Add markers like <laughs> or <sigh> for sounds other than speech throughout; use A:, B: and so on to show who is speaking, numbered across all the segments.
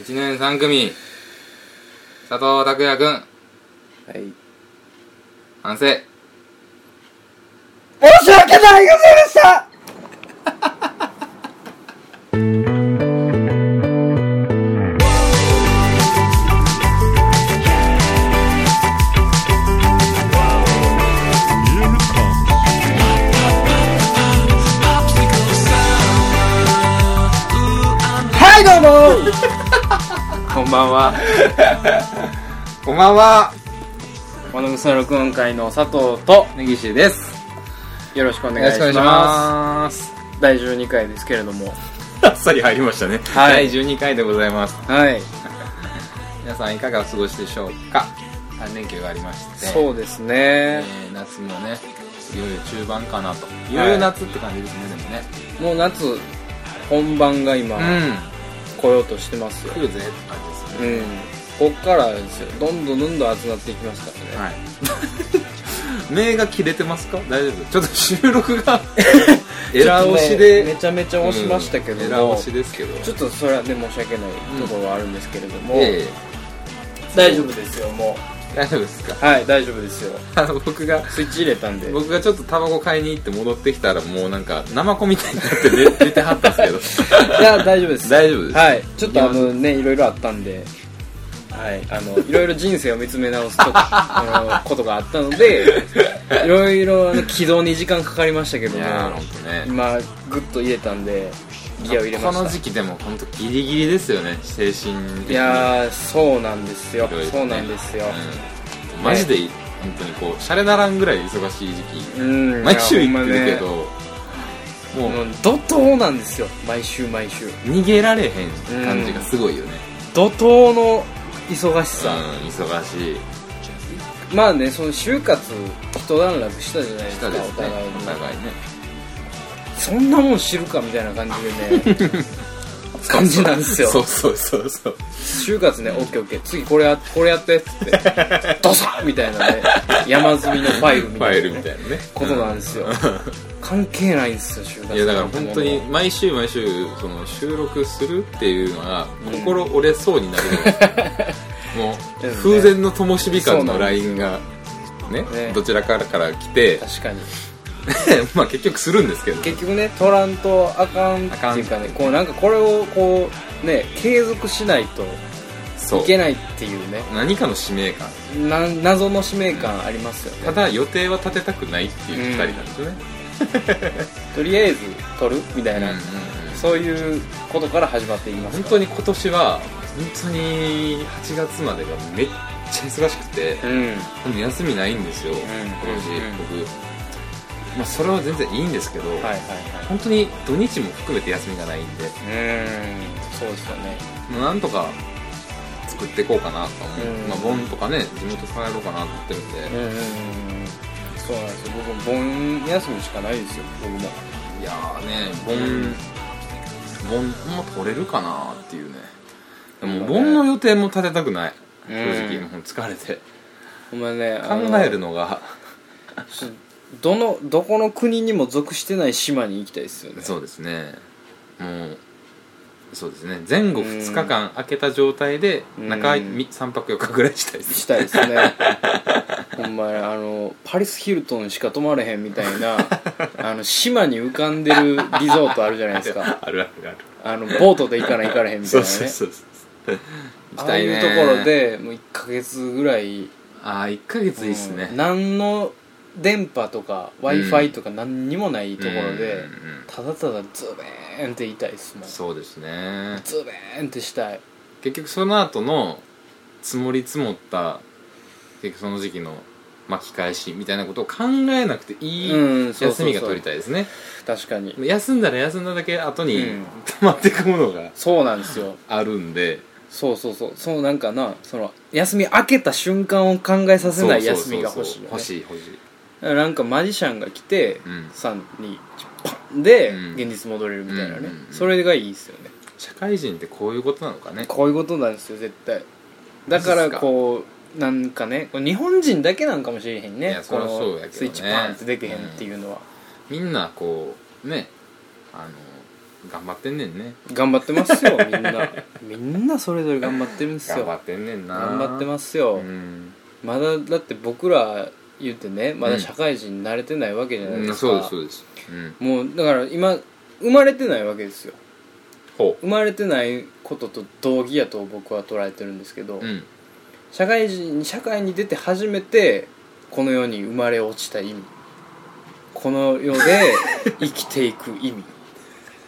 A: 1年3組佐藤拓也君
B: はい
A: 反省
B: 申し訳ないございましたはいどうも
C: こんばんは。
A: こんばんは
C: モノグソ録音会の佐藤と、
A: 根岸です
C: よろしくお
A: お
C: 願
A: 願い
C: い
A: し
C: します。
A: ます
C: 第12回ですけれども。
B: あっさり入りましたね
C: は
A: 第
C: い
A: 12回でございます
C: はい。
A: 皆さんいかがお過ごしでしょうか3連休がありまして
C: そうです
A: え
C: ね。
A: ー夏もねいよいよ中盤かなとい
C: は
A: よ
C: い
A: いよ夏って感じですね、
C: もう夏、本番が今、
A: でもね
C: 来ようとしてますよ
A: 来。るぜって感じですよ
C: う
A: ね、
C: ん。こっからですよ。どんどんどんどん集まっていきますから
A: <laughs>
C: ね。
A: はい目が切れてますか大丈夫ちょっと収録がエラー押し
C: ちょっとねめ
A: で
C: ちゃめちゃ押しましたけども、
A: うんエラー押しですけど
C: ちょっとそれはね、申し訳ないところはあるんですけれども、
A: ええ
C: 大丈夫ですよ、も
A: 大丈夫ですか <laughs>
C: う。はい、大丈夫ですよ。
A: あの僕が
C: スイッチ入れたんで。
A: 僕がちょっとタバコ買いに行って戻ってきたらもうなんかナマコみたいになって <laughs> 寝寝てはったんですけど
C: <laughs> いや、大丈夫です。
A: 大丈夫です
C: はい。ちょっとあのね、いろいろあったんで、はい。あの、いろいろ人生を見つめ直すと
A: <laughs>
C: あのことがあったので、いろいろあの軌道に時間かかりましたけど
A: い
C: も、
A: やーほんとね
C: 今、ぐっと入れたんで、ギアを入れました。
A: この時期でも本当ギリギリですよね精神的に
C: いやー、そうなんですよ。
A: いろいろね
C: そうなんですよ。
A: うんマジで、本当にこうシャレならんぐらい忙しい時期、
C: うん。
A: 毎週行ってるけ
C: いやほんまね
A: ど、も
C: う
A: うん
C: 怒涛なんですよ。毎週毎週。
A: 逃げられへん感じがすごいよね、
C: 怒涛の忙し
A: うん
C: さ。
A: 忙しい
C: まあね、その就活、一段落したじゃないですか、
A: 人です
C: お
A: ね
C: 互いに
A: お。互いね
C: そんなもん知るかみたいな感じ
A: <laughs>
C: でね感じなんですよ
A: そうそうそうそう
C: 就活ねオッケーオッケー次これやこれやってっつってドサッみたいなね山積みのファイルみ
A: フ
C: た
A: ァイ
C: い
A: ル
C: な
A: みたいなね
C: ことな
A: <laughs>
C: んですよ関係ないんですよ就活
A: いやだから本当に毎週毎週その収録するっていうのが心折れそうになるんです
C: <laughs>
A: よもう
C: ですね
A: 風前の灯火感のラインがね
C: ね
A: どちらからから来
C: <laughs>
A: て
C: 確かに
A: まあ結局するんですけど
C: 結局ね取らんとあかんっていうかねこうなんかこれをこうね継続しないと
A: そう
C: いけないっていうね
A: 何かの使命感
C: な謎の使命感ありますよね
A: ただ予定は立てたくないっていう2人なんですよね、
C: とりあえず取るみたい
A: うんうん
C: な、
A: うん
C: そういうことから始まっていきます
A: 本
C: から
A: 当に今年は本当に8月までがめっちゃ忙しくて、
C: うん
A: でも休みないんですよ、今年、僕、まあ、それは全然いいんですけど、
C: はいはいはい
A: 本当に土日も含めて休みがないんで
C: うーんそうですよね
A: もうなんとか作っていこうかなと思う、
C: うん
A: まあ、ボンとかね地元帰ろうかなと思ってるんで、
C: うんうんうんそうなんですよ僕盆休みしかないですよ僕も
A: いやーねボ
C: うん
A: ンボンも取れるかなっていうねで
C: そう
A: も
C: だね
A: ボンの予定も立てたくない正
C: う
A: 直
C: ん
A: もう疲れて
C: お前ね
A: 考
C: あの
A: えるのが
C: ちょどのどこの国にも属してない島に行きたいですよね
A: そうですねもうそうですね前後2日間空けた状態で
C: うん
A: 中3泊4日ぐらいしたいです
C: したいですね <laughs> ほんまにあのパリス・ヒルトンしか泊まれへんみたい
A: <laughs>
C: なあの島に浮かんでるリゾートあるじゃないで
A: <laughs>
C: すか
A: あるあるある
C: あのボートで行かない行かれへんみた
A: そ
C: いな
A: う
C: ね
A: そうそうそう行き
C: ああ
A: たい
C: い
A: ね
C: うところでもう1ヶ月ぐらい
A: ああ1ヶ月いいっすね
C: うん何の電波とか w i f i とか何にもないところで、
A: うんうんうん
C: ただただズベーンって言いたいですもんズ
A: そうですね
C: ベーンってしたい
A: 結局その後の積もり積もった結局その時期の巻き返しみたいなことを考えなくていい
C: うんそう
A: 休
C: そうそう
A: みが取りたいですね、
C: 確かに
A: 休んだら休んだだけ後に
C: うん
A: <laughs> 溜まっていくものが
C: そうなんですよ
A: あるんで、
C: そうそうそうそうなんかなその休み明けた瞬間を考えさせない
A: そうそう
C: 休
A: そう
C: みが欲しいよ、ね、
A: 欲しい欲しい
C: だからなんかマジシャンが来て、
A: うん
C: 321パンで
A: うん
C: 現実戻れるみたいなね、
A: うんうんうん
C: それがいいですよね
A: 社会人ってこういうことなのかね
C: こういうことなんですよ絶対だか
A: マジ
C: ら
A: っすか
C: こうなんかねこれ日本人だけなんかもしれへん
A: い
C: ね
A: やそ
C: こ
A: りゃそうやけど
C: の
A: ね
C: スイッチパンってできへんっていうのは、
A: みんなこうねあの頑張ってんねんね
C: 頑張ってますよみんなみんなあそれぞれ頑張ってるんです
A: 頑
C: よ
A: 張ってんねんな
C: 頑張ってますすよ、
A: うん、
C: まだだって僕ら言ってねまだ社会人に慣れてないわけじゃないで
A: うん
C: すか、
A: そうですそうです、うん、
C: もうだから今生まれてないわけですよ
A: ほ
C: 生まれてないことと同義やと僕は捉えてるんですけど、
A: ううん
C: 社会人社会に出て初めてこの世に生まれ落ちた意味この世
A: <laughs>
C: で生きていく意味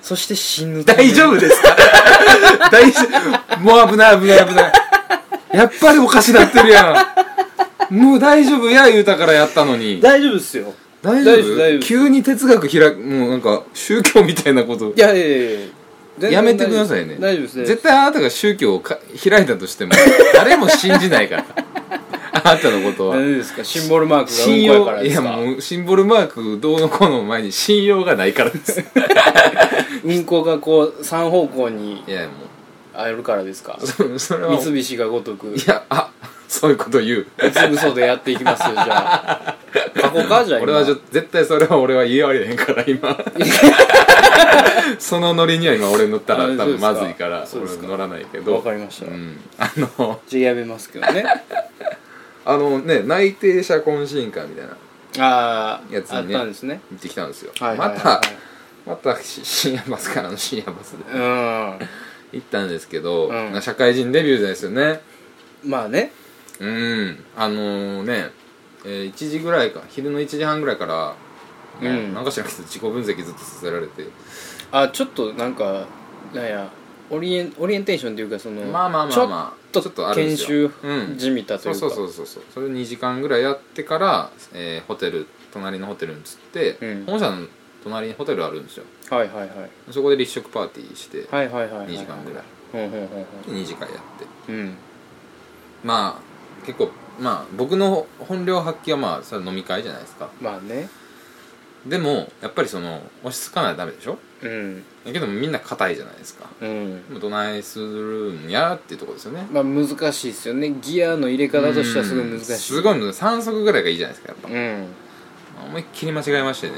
C: そして死ぬため
A: 大
C: に
A: 丈夫ですか <laughs> 大丈夫もう危ない危ない危ないやっぱりおかしなってるやんもう大丈夫や言うたからやったのに
C: 大丈夫ですよ
A: 大丈
C: 大丈夫大丈
A: 夫
C: 夫
A: 急に哲学開くもうなんか宗教みたいなこと
C: いやいやいやいや全然
A: やめてくださいね
C: 大丈夫です大丈夫です
A: 絶対あなたが宗教をか開いたとして
C: <laughs>
A: も誰も信じないからあなたのこと
C: 大
A: は
C: 丈夫ですかシンボルマークがうん
A: 信
C: こやか
A: 用
C: ら
A: い
C: です
A: や
C: か
A: もうシンボルマークどうのこうの前に信用がないからです
C: <laughs> うんこがこう三方向に
A: いやも
C: あるからですか
A: うそそれは
C: 三菱がごとく
A: いやあそういうこと言う
C: 三つ嘘でやっていきますよじゃ
A: <laughs>
C: あ過去かじゃあ今
A: 俺はちょ絶対それは俺は言えわれへんから
C: <laughs>
A: 今そのノリには今俺乗ったら
C: あ
A: 多
C: そうで
A: 分
C: すか
A: まずいから
C: そうで
A: 俺
C: すか
A: 乗らないけど
C: わかりました、
A: うんあの
C: じゃあやめますけど
A: <laughs>
C: ね
A: あのね内定者懇親会みたいなの
C: ああ、
A: やつ
C: あ
A: に
C: っ
A: ね
C: たんですね
A: 行ってきたんですよ
C: はいはい
A: ま
C: はい
A: たまたし深夜バスからの深夜バスで行ったんですけど
C: うん
A: なんか社会人デビューですよね
C: うんまあね
A: うんあのねえー1時ぐらいか昼の1時半ぐらいからね
C: うん
A: なんか知らんけど自己分析ずっとさせられて
C: あちょっとなんかなんやオリエンオリエンテーションというかその
A: まあまあまあまあ
C: ちょ
A: ちょ
C: っ
A: っとあ
C: と
A: るんで
C: 研
A: すよ
C: 修じみたと
A: そ
C: いううか
A: そうそうそうそうそれ2時間ぐらいやってから、えーホテル隣のホテルに移って、
C: うん
A: 本社の隣にホテルあるんですよ
C: はいはいはい
A: そこで立食パーティーして
C: はいはいはいはい
A: 2時間ぐらい
C: ほんほんほん
A: で2時間やって
C: ほんうん
A: まあ結構まあ僕の本領発揮はまあそれは飲み会じゃないですか
C: まあね
A: でもやっぱりその落ち着かないとダメでしょ
C: うん
A: だけどみんな硬いじゃないですか
C: うん
A: もうどないするんやっていうところですよね
C: まあ難しいですよねギアの入れ方としてはすごい難しい
A: うんすごい難しい3足ぐらいがいいじゃないですかやっぱ
C: うん
A: 思いっきり間違えましてね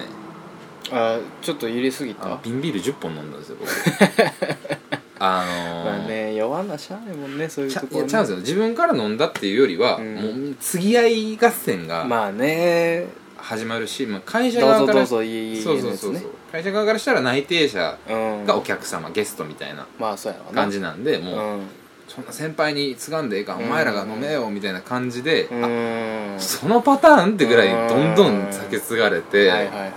C: あちょっと入れすぎ
A: あの
C: た
A: 瓶ビール10本飲んだんですよ僕
C: <laughs>
A: あの
C: まあ
A: ー
C: ね弱なしゃあないもんねそういう
A: ちゃ
C: と
A: い
C: ころ
A: や
C: ね
A: ちゃうんですよ自分から飲んだっていうよりは、
C: うん
A: もう継ぎ合い合戦が
C: まあね
A: 始まるし、まあ、会社
C: どう
A: 側
C: ぞ
A: か
C: どう
A: ら
C: ぞいいいい
A: そうそうそうそう会社側からしたら内定者
C: うん
A: がお客様、ゲストみたいな
C: まあそうやわな
A: 感じなんでもう、
C: うん
A: そんな先輩に継がんでええか、
C: うん
A: お前らが飲めよみたいな感じで、
C: う
A: あ
C: ん
A: そのパターンってぐらいどんどん酒継がれて、
C: はいはいはいはい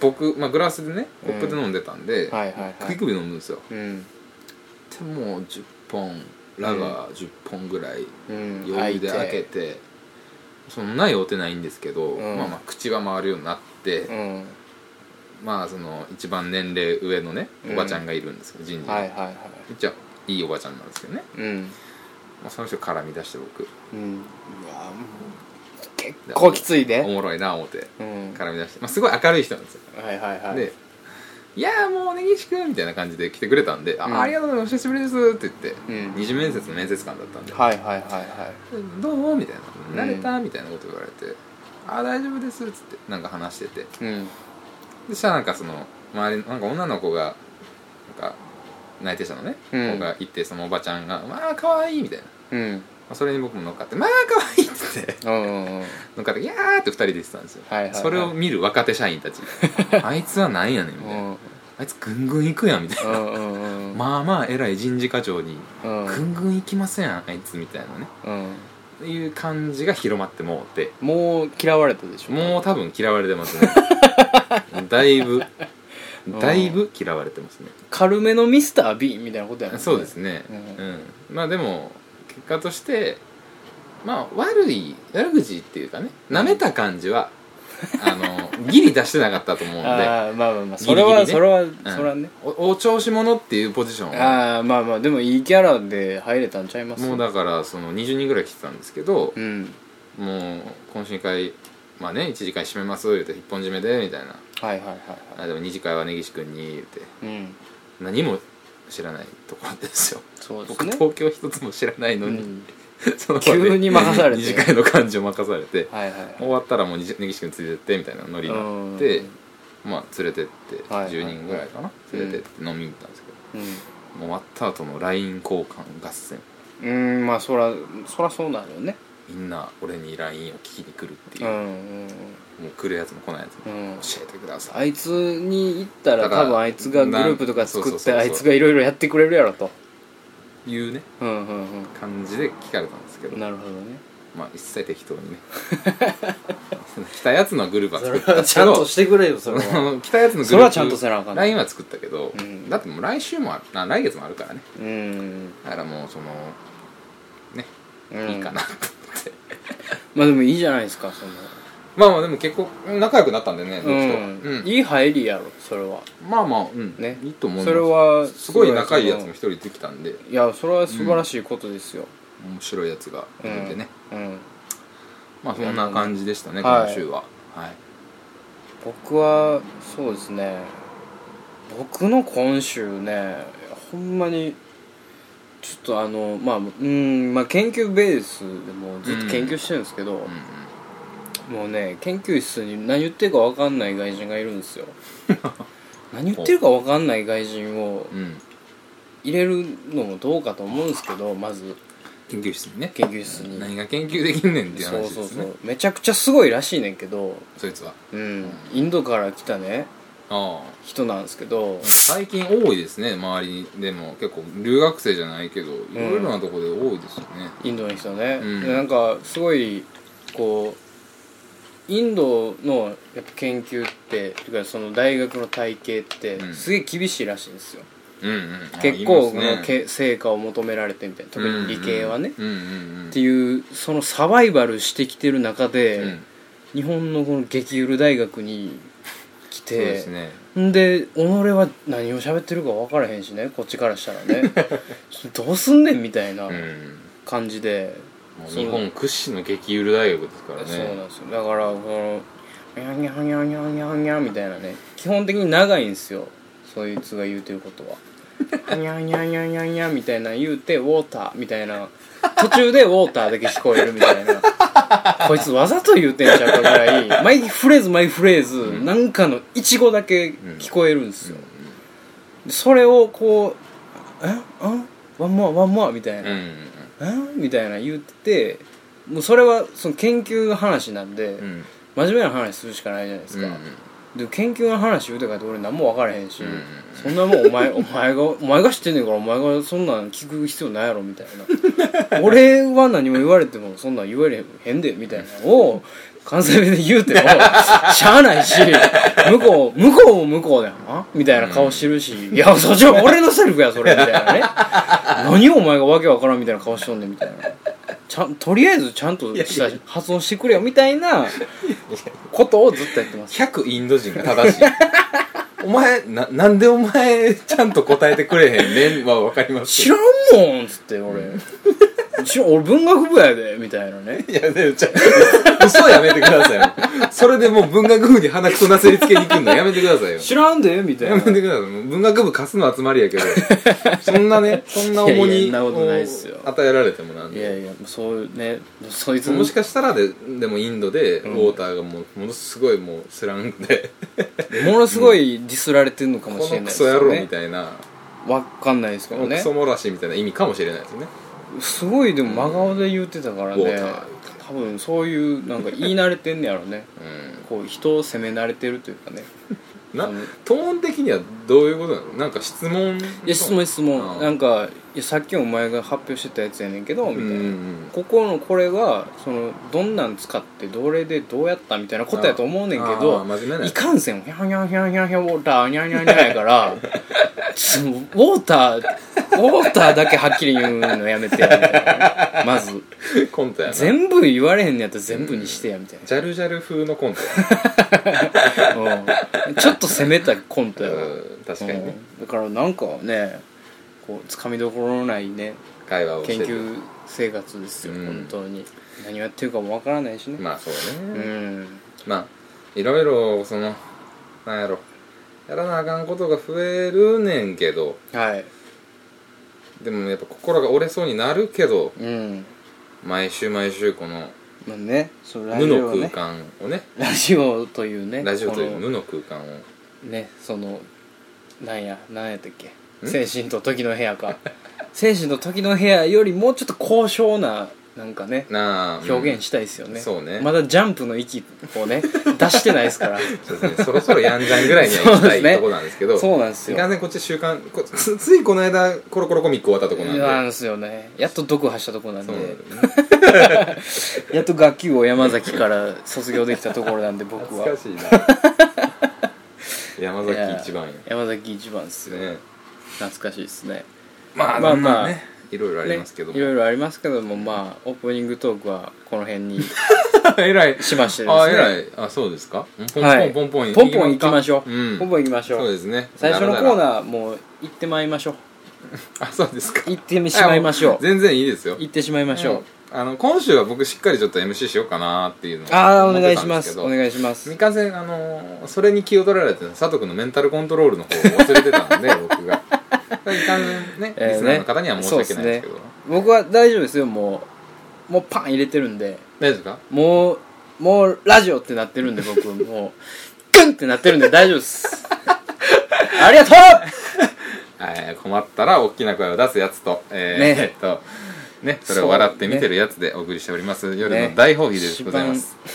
A: 僕、まあ、グラスでねコップで飲んでたんで、
C: はいはいは
A: 首
C: い
A: 首飲むんですよ
C: うん
A: でもう10本ラガー10本ぐらい
C: うん
A: 余裕で開けて、そんな酔うてないんですけど、
C: うん
A: まあまあ口は回るようになって、
C: うん
A: まあその一番年齢上のね
C: うん
A: おばちゃんがいるんですけど人事の、
C: はいはいは
A: めっちゃいいおばちゃんなんですけどね、
C: いうん
A: まあ、その人絡み出して僕
C: うんうわもう結構きつい
A: お
C: で
A: もろいな思って
C: うん
A: 絡み出して、まあ、すごい明るい人なんですよ、
C: はいはいはい
A: で「いやーもう根岸君」みたいな感じで来てくれたんで「あ
C: うん
A: あありがとうございますお久しぶりです」って言って、
C: うん
A: 二次面接の面接官だったんで
C: はいはいはいは
A: 「どう?」みたいな「
C: うん
A: 慣れた?」みたいなこと言われて「ああ大丈夫です」っつってなんか話してて
C: いうん
A: でしたらなんかその周りのなんか女の子がなんか内定者のね、
C: うん
A: 子がいてそのおばちゃんが「まあ可愛いみたいな、ま
C: うん
A: あ、それに僕も乗っかって「まあ可愛いっつって <laughs>
C: うんうんうん
A: 乗っかって「いやー」って二人で言ってたんですよ、
C: はいはいはい
A: それを見る若手社員
C: <laughs>
A: たち「あいつはなんやねん」みたいな「あいつぐんぐん行くやん」みたいな、
C: うんうんうん
A: まあまあ偉い人事課長に「
C: うん
A: ぐんぐん行きませんあいつ」みたいなね
C: うん
A: いう感じが広まってもうて
C: もう嫌われたでしょ
A: もう多分嫌われてます
C: <laughs>
A: ねだいぶだいぶ嫌われてますね
C: 軽めのミスター B みたいなことやもんね
A: そうですね、
C: う
A: うんんまあでも結果としてまあ悪い悪口っていうかねなめた感じは、あの <laughs> ギリ出してなかったと思うんで
C: ああまあまあまあ
A: ギ
C: そ
A: リ
C: れ
A: ギリ
C: は
A: ね
C: それは
A: ん
C: それはね
A: おお調子者っていうポジションは
C: ああまあまあでもいいキャラで入れたんちゃいます
A: もうだからその20人ぐらい来てたんですけど
C: う、ん
A: もう懇親会まあね1次会締めます言うて一本締めでみたいな
C: はいはいはいは
A: あでも2次会は根岸君に言うて
C: いうん
A: 何も知らないところですよ
C: そうです
A: 僕
C: ね
A: 東京一つも知らないの
C: う
A: に、
C: ん
A: <laughs> その
C: 急に任されて
A: 2次会の感じを任されて
C: はいはいはい
A: 終わったらもう根岸君連れてってみたいなノリになって、まあ連れてって
C: はいはい
A: 10人ぐらいかな、
C: うん
A: 連れてって飲みに行ったんですけど、
C: うん
A: 終わった後の LINE 交換合戦
C: うーんまあそらそらそうなるよね
A: みんな俺に LINE を聞きに来るっていうう、
C: ん
A: もう来るやつも来ないやつも
C: うんうん
A: 教えてください
C: あいつに行った
A: だ
C: ら
A: から
C: 多分あいつがグループとか作
A: な
C: っ
A: んそうそうそう
C: て
A: そう
C: あいつがいろいろやってくれるやろと
A: いうね
C: うんうん
A: 感じで聞かれたんですけ
C: う
A: ど
C: んなるほどね
A: まあ一切適当に
C: <laughs>
A: ね来たやつのグループは
D: そ
A: 作
D: れ
A: った
D: はちゃんとしてくれよそれは
A: <laughs> 来たやつのグループ
C: それはちゃんとせなあかんね
A: LINE は作ったけど、
C: うん
A: だってもう来週もあるな来月もあるからね
C: うん
A: だからもうそのね、
C: うん
A: いいかな
C: まあでもいいじゃないですかその
A: まあまあでも結構仲良くなったんでねず
C: う
A: っと
C: ん、いい入りやろそれは
A: まあまあうん
C: ね
A: いいと思う
C: それは
A: すごい仲いいやつも一人できたんで
C: いやそれは素晴らしいことですよ、
A: 面白いやつがいるんでね、
C: うん、
A: まあそんな感じでしたね、
C: はい
A: 今週ははい、
C: 僕はそうですね僕の今週ねほんまにちょっとあのまあうんまあ研究ベースでもずっと研究してるんですけど、
A: うんうん
C: もうね研究室に何言ってるか分かんない外人がいる
A: <laughs>
C: んですよ何言ってるか分かんない外人を
A: うん、
C: 入れるのもどうかと思うんですけどまず
A: 研究室にね
C: 研究室に
A: 何が研究できんねんっていう話
C: そ
A: で
C: う
A: すねそ
C: そ
A: う
C: そうめちゃくちゃすごいらしいねんけど、
A: いつは
C: うん、インドから来たね
A: ああ
C: 人なんですけど
A: 最近多いですね周りにでも結構留学生じゃないけどいろいろなとこで多いですよね
C: インドの人ね、
A: うん
C: でなんかすごいこうインドのやっぱ研究ってていうかその大学の体系って
A: うん
C: すげえ厳しいらしいんですよ、
A: うんうんあい
C: 結構こ
A: ますね
C: のけ成果を求められてみたいな特に理系はね、
A: うんうんうん
C: っていうそのサバイバルしてきてる中で、
A: うん
C: 日本のこの激ウル大学に来
A: そうで
C: て
A: すね
C: んで己は何を喋ってるか分からへんしねこっちからしたらねどうすんねんみたいな
A: うん
C: 感じで、
A: もう
C: そう
A: 日本屈指の激ウル大学ですから
C: そうなん
A: ね
C: ですよだからこの「にゃんにゃんにゃんにゃんにゃんにゃん」みたいなね基本的に長いんですよそいつが言うてること
A: <laughs>
C: は「にゃんにゃんにゃんにゃんにゃん」みたいな言うて「ウォーター」みたいな途中で「ウォーター」だけ聞こえるみたいなこいつわざと言うてんちゃうかぐらい毎フレーズ毎フレーズ、なんかのイチゴだけ聞こえるんですよ、でそれをこう「えんワンモアワンモア」みたいな、
A: うんうん
C: えみたいな言っててもうそれはその研究の話なんで、
A: うん
C: 真面目な話するしかないじゃないです
A: うん
C: か、
A: うん
C: で研究の話言うてからって俺何も分からへんし、
A: うんうん
C: そんなもんお前お前がお前が知ってんねんからお前がそんなん聞く必要ないやろみたいな俺は何も言われてもそんなん言われへんでみたいなのを関西弁で言うてもしゃあないし向こう向こうも向こうだよなみたいな顔してるし、いやそっちは俺のセリフやそれみたいなね何お前がわけわからんみたいな顔しとんねんみたいなちゃんとりあえずちゃんとした発音してくれよみたいなことをずっとやってます
A: 100インド人が正
C: <laughs>
A: しいお前ななんでお前ちゃんと答えてくれへんねんはわかります
C: 知
A: け
C: らんもんっつって俺知らん俺文学部やでみたいなね
A: どいやでもちゃんと嘘やめてくださいよそれでもう文学部に鼻くそなすりつけに行くのやめてくださいよ
C: 知らんでみたい
A: や
C: な
A: めてくださいもう文学部貸すの集まりやけどそんなねそんな重
C: いやい
A: 荷
C: やそんなことないっすよ
A: を与えられてもなん
C: い
A: で
C: やいやそういうねそいつ
A: も
C: も
A: しかしたらででもインドでウォーターがもうものすごいもうスラングで
C: ものすごいディスられてるのか
A: こ
C: もし
A: の
C: れない
A: ク
C: です
A: ソ
C: よ
A: 野郎み
C: ね
A: たいな
C: わかんないですけ
A: こ
C: ど
A: のク
C: ね
A: ソ漏らしみたいな意味かもしれないですね
C: すごいでも真顔で言ってたから
A: ウォ
C: ね
A: ーター
C: 多分そういうなんか言い慣れてんねやろねこう人を責め慣れてるというかね
A: うんなトーン的にはどういうことなのなんか質問
C: いや質問質問
A: うん
C: なんかいやさっきお前が発表してたやつやねんけどみ
A: う
C: たい
A: ん
C: な、
A: うん
C: ここのこれがそのどんなん使ってどれでどうやったみたいなことやと思うねんけ
A: あー
C: ど
A: 真面目なや
C: い
A: つ
C: かんせんヒャンヒャンヒャンヒャンヒャンウォーターニャンニャンニャンやからちょウォーターウォーターだけはっきり言うのやめてやみたいなまず
A: コントやなジ
C: 全部言われへんのやったら全部にしてやみたい
A: ャルジャル風のコントや
C: な、うん、ちょっと攻めたコントやわ
A: なうん確かにね
C: うんだからなんかねこうつかみどころのないね
A: 会話をして
C: 研
A: て
C: 究生活ですよ、
A: うん
C: 本当に何をやってるかもわからないしね、
A: まあそう
C: う
A: ね
C: ん
A: まあいろいろそのなんやろやらなあかんことが増えるねんけど
C: はい
A: でもやっぱ心が折れそうになるけど
C: うん
A: 毎週毎週この
C: まあねそのラジ
A: 無の
C: オ、ね、
A: 空間をね
C: ラジオというね
A: ラジオという
C: こ
A: 無の空間を
C: のねそのなんやなんやったっけ精神と時の部屋か <laughs> 精神と時の部屋よりもうちょっと高尚ななんかね
A: なあうん
C: 表現したいですよね、
A: そうね
C: まだジャンプの域
A: <laughs>
C: をね出してないですから
A: そうですねそろそろやんじゃんぐらいには行きた
C: <laughs> そうですね
A: いとこなんですけど
C: そうなんです
A: い
C: よ
A: かんせんこっち週刊こつついこの間コロコロコミック終わったとこなんで
C: なんですよねやっと読破したとこなんで
A: そうなんだよね
C: やっと学級を山崎から卒業できたところなんで僕は
A: 懐かしい
C: <laughs>
A: な山崎一番や
C: いや山崎一番ですよ、
A: ね
C: 懐かしいですね
A: まあ
C: ま
A: ま
C: あ
A: あ
C: まあ
A: まあねいろいろありますけども
C: ねいろいろありますけどもまあオープニングトークはこの辺に <laughs>
A: えらい
C: しましてですね
A: <laughs> あえらいあそうですかポン
C: は
A: ポ
C: い
A: ンポンポン
C: ポンポン行きましょう、
A: うん
C: ポンポン行きましょ
A: そう
C: う
A: ですね
C: 最初のコー
A: ー
C: ナーもう行ってまいりましょう
A: あそうですか
C: 行ってしまいましょう
A: 全然いいですよ
C: 行ってしまいましょう、
A: あの今週は僕しっかりちょっと MC しようかなっていうのを
C: ああお
A: 思っ
C: 願
A: て
C: い
A: た
C: し
A: んで
C: ます
A: け
C: す
A: ど
C: お願いします
A: 三風あのーそれに気を取られてた佐藤君のメンタルコントロールの方を忘れてたんで僕
C: <laughs>
A: が三風ね
C: えーね
A: リスナーの方には申し訳ないですけど
C: 僕は大丈夫ですよもうもうパン入れてるんで
A: 大丈夫ですか
C: もうもうラジオってなってるんで僕もうグンってなってるんで大丈夫ですありがと
A: えー困ったら大きな声を出すやつとえー
C: ね
A: えっとねそれ
C: そ
A: を
C: う
A: 笑って見てるやつでお送りしております、夜の <laughs> 大放棄でございます、
C: う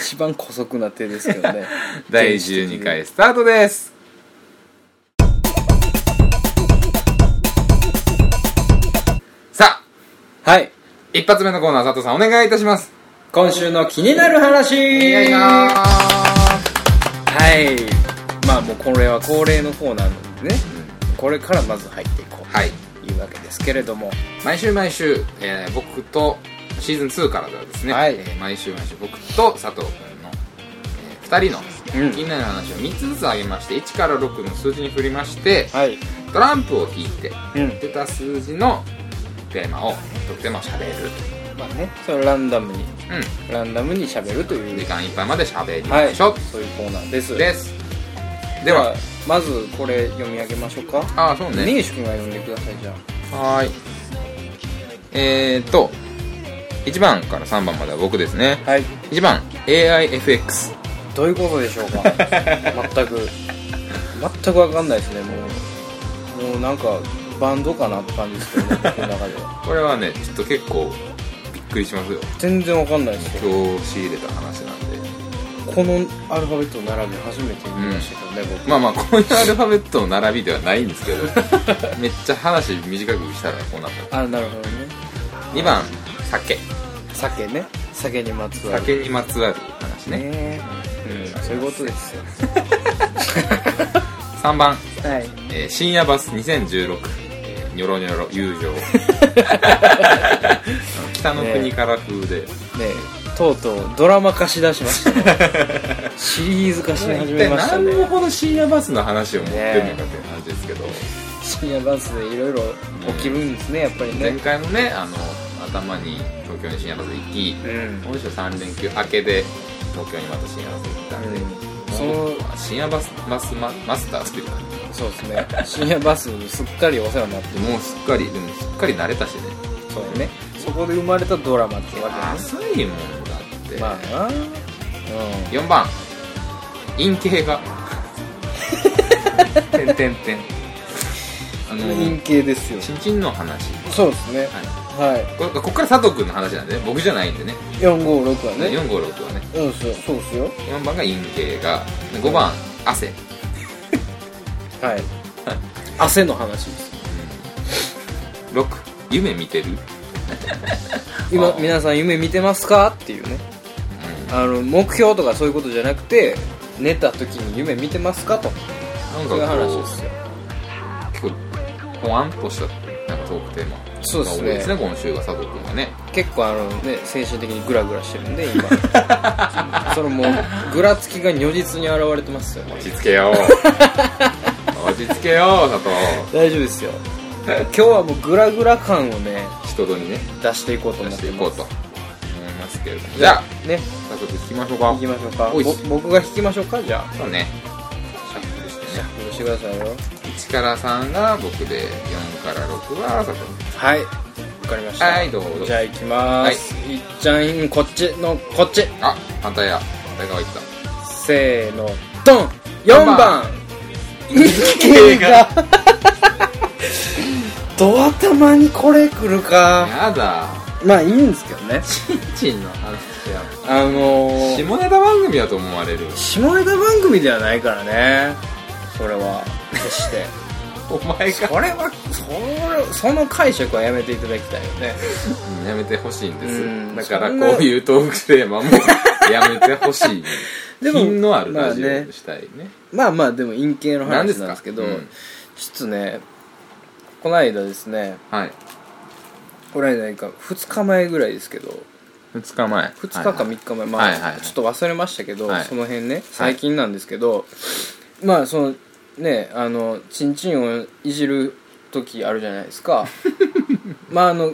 C: 一番古速な手ですけどね
A: <laughs> 第12回スタートですさあ
C: はい
A: 一発目のコーナー佐藤さんお願いいたします
C: 今週の気になる話はいまあもうこれは恒例のコーナーなんでね、これからまず入っていこう
A: はい
C: というわけですけれども
A: 毎週毎週、えー僕とシーズン2からではですね、
C: はい
A: えー毎週毎週僕と佐藤君の、え2人の
C: うん
A: 気になる話を3つずつ上げまして1から6の数字に振りまして
C: はい
A: トランプを引いて
C: うん
A: 出た数字のテーマを特定マをしゃべる
C: まあねそれをランダムに
A: う
C: ランダムに喋るとい
A: ん
C: う
A: 時間いっぱいまでしゃべりましょう、
C: そういうコーナーです
A: ですで
C: では
A: は
C: まずこれ読み上げましょうか
A: ああそうね
C: 根岸君が読んでくださいじゃ
A: はーいえー、っと1番から3番までは僕ですね
C: あはい
A: 1番 AIFX
C: どういうことでしょ <laughs> うか全く全くわかんないですねもうもうなんかバンドかなって感じですけどね僕の中で <laughs> は
A: これはねちょっと結構びっくりしますよ
C: 全然わかんないですよ
A: 今日仕入れた話なんで
C: このアルファベットの並び初めて見ましたけどね、僕
A: まあまあこういうアルファベットの並びではないんです
C: <laughs>
A: けどめっちゃ話短くしたらこうなっ
C: あなるほどね
A: た2番酒
C: 酒ね酒にまつわる
A: 酒にまつわる話ね
C: ねうんそういうことですよ
A: 3番、
C: はい
A: えー深夜バス2016、えーニョロニョロ友
C: <laughs>
A: 情北の国から風で、
C: ねえとうとうドラマ化しだしましたね <laughs> シリーズ化し始
A: 一
C: め
A: 体
C: ましたね
A: 何のほど深夜バスの話を持ってるのかっていう話ですけど、
C: 深夜バスでいろいろ起きるんですねやっぱり
A: 前
C: ね
A: 回もねあの頭に東京に深夜バス行き
C: うん
A: 今週3連休明けで東京にまた深夜バス行ったんで、
C: そ
A: も
C: の
A: う深夜バスバスママスターっていうか
C: そうですね深夜バスにすっかりお世話になって
A: もうすっかりでもすっかり慣れたしね
C: そうねそこで生まれたドラマってわけです
A: 浅いもんだって、
C: まあなうん
A: 4番陰茎
C: <laughs>
A: がてんてんてんあの
C: 陰形ですよ
A: チンチンの話
C: そうですね
A: は
C: はい
A: これこっから佐藤君の話なんでね僕じゃないんでね
C: い456はね
A: 456はね
C: うんそうそうですよ
A: 4番が陰茎が5番汗
C: はい汗の話です
A: 6夢見てる
C: 今
A: あー
C: 皆さん夢見てますかっていうねあの目標とかそういうことじゃなくて寝た時に夢見てますかと
A: なんか
C: そういう話
A: こ
C: ですよ
A: 結構ポワンとしたなんかトークテーマ
C: そうですね
A: が多いですね今週が佐藤君はね
C: 結構あのね精神的にグラグラしてるんで今
A: <laughs>
C: そのもうぐらつきが如実に現れてますよね
A: 落ち着けよ <laughs> 落ち着けよ佐藤
C: 大丈夫ですよ今日はもうグラグラ感をね
A: 人とにね
C: 出していこうと
A: 出
C: 思
A: し
C: っ
A: て
C: て
A: いこ
C: ま
A: う
C: す
A: と思いますけれどもじゃあ
C: ね
A: 早速聞きましょう
C: 行
A: か
C: きましょうか
A: おい
C: ぼ僕が引きましょうかじゃあ
A: そうねシャッフルしてね
C: 許してくださいよ
A: 1から3が僕で4から6は佐藤
C: はいわかりました
A: はいどうぞ
C: じゃあ行きます、いっちゃんこっちのこっち
A: あ反対や反対側いった
C: せーのドン
A: 四
C: 4
A: 番
C: <laughs> 番日経がド頭にこれ来るか
A: やだ
C: まあいいんですけどね
A: チンチンの話は
C: あのー、
A: 下ネタ番組だと思われるよ
C: 下ネタ番組ではないからねそれは決して
A: お前が
C: これは <laughs> それその解釈はやめていただきたいよね
A: やめてほしいんで
C: うん
A: すだから
C: そんな
A: こういうトークテーマもやめてほしい
C: <laughs> でも
A: 品のある
C: まあ
A: ラジオ
C: ね
A: にしたいね
C: まあまあでも陰形の話な
A: 何
C: ん
A: で
C: です
A: か
C: すけど
A: うん
C: ちょっとねこの間ですね
A: はい
C: この間なんか2日前ぐらいですけど
A: 2日前
C: 2日か
A: はい
C: 3日
A: はい
C: 前、
A: はい
C: ま
A: は
C: あ
A: い
C: ちょっと忘れましたけど、
A: はい
C: その辺ね最近なんですけど、まあそのねあのチンチンをいじる時あるじゃないです
A: <laughs>
C: かまああの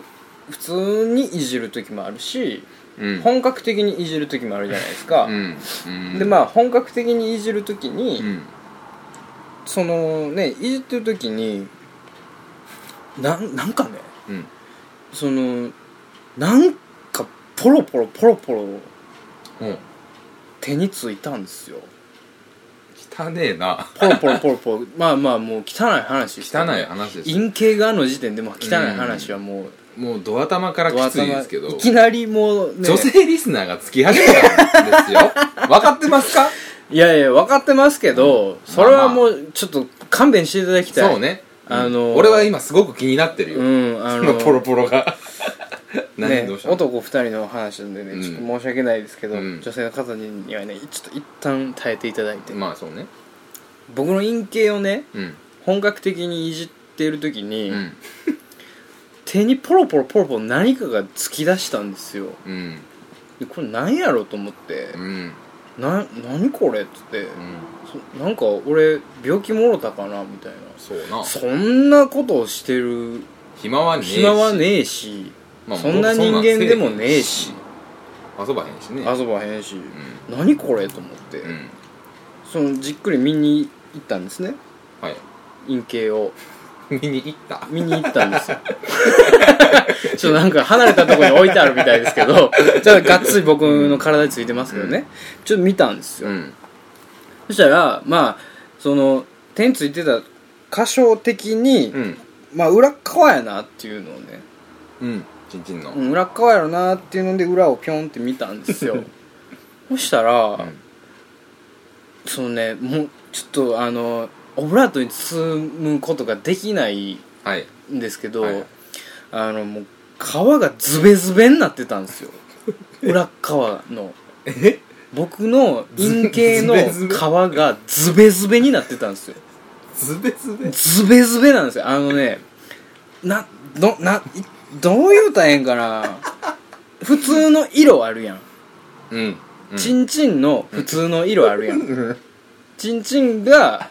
C: 普通にいじる時もあるし、
A: うん
C: 本格的にいじる時もあるじゃないですか、
A: うんうん
C: でまあ本格的にいじる時に、
A: うん
C: そのねいじってる時になんなんかね
A: うん
C: そのなんかポロポロポロポロ
A: うん
C: 手についたんですよ
A: 汚ねえな
C: ポロポロポロポロまあまあもう汚い話ですけ
A: 汚
C: ど
A: い話です
C: 陰茎側の時点でもう汚い話はもう
A: もうドア玉からきついですけど
C: いきなりもうね
A: 女性リスナーがつき始めたん
C: <laughs>
A: ですよ分かってますか
C: いやいや分かってますけど、それはもうちょっと勘弁していただきたい、
A: そうね
C: あのー
A: 俺は今すごく気になってるよ、
C: うんあ
A: あ
C: の
A: のポロポロが何、
C: ね
A: どうしたの
C: 男2人の話なんでね、
A: うん
C: ちょっと申し訳ないですけど、
A: うん
C: 女性の方にはねちょっと一旦耐えていただいて、
A: まあそうね
C: 僕の陰茎をね
A: うん
C: 本格的にいじってる時に、
A: うん
C: 手にポロポロポロポロ何かが突き出したんですよ
A: うん
C: でこれ何やろうと思って
A: うんうん
C: 「な何これ?」っつって、そなんか俺病気もろたかなみたいな
A: そうな
C: そんなことをしてる
A: 暇はねえし
C: 暇はねえし、
A: まあ
C: そんな人間でもねえし
A: 遊ばへんしね
C: 遊ばへんし、
A: う
C: 何これと思って、
A: ん、うん、
C: そのじっくり見に行ったんですね
A: はい
C: 陰茎を
A: 見に行った
C: 見に行ったんです
A: <laughs>
C: よちょっとなんか離れたところに置いてあるみたいですけ
A: <laughs>
C: どじゃあがっつり僕の体についてますけどね、ちょっと見たんですよ、
A: うん
C: そしたらまあその手についてた箇所的に、
A: うん
C: まあ裏っ側やなっていうのをね、
A: うんちんちんの、
C: うん、裏っ側やろなっていうので裏をピョンって見たんで
A: <laughs>
C: すよそしたら、
A: ん
C: そのねもうちょっとあのオブラートに包むことができない
A: はい
C: んですけど、
A: はいはい
C: あのもう皮がズベズベになってた
A: <laughs>
C: んですよ裏側の
A: え
C: 僕の陰茎の
A: ズベズベ
C: 皮がズベズベになってたんですよ
A: ズベズベ
C: ズベズベなんですよあのねなどないどう言うたらええんかな普通の色あるやん
A: うんうん
C: チンチンの普通の色あるやんチンチンが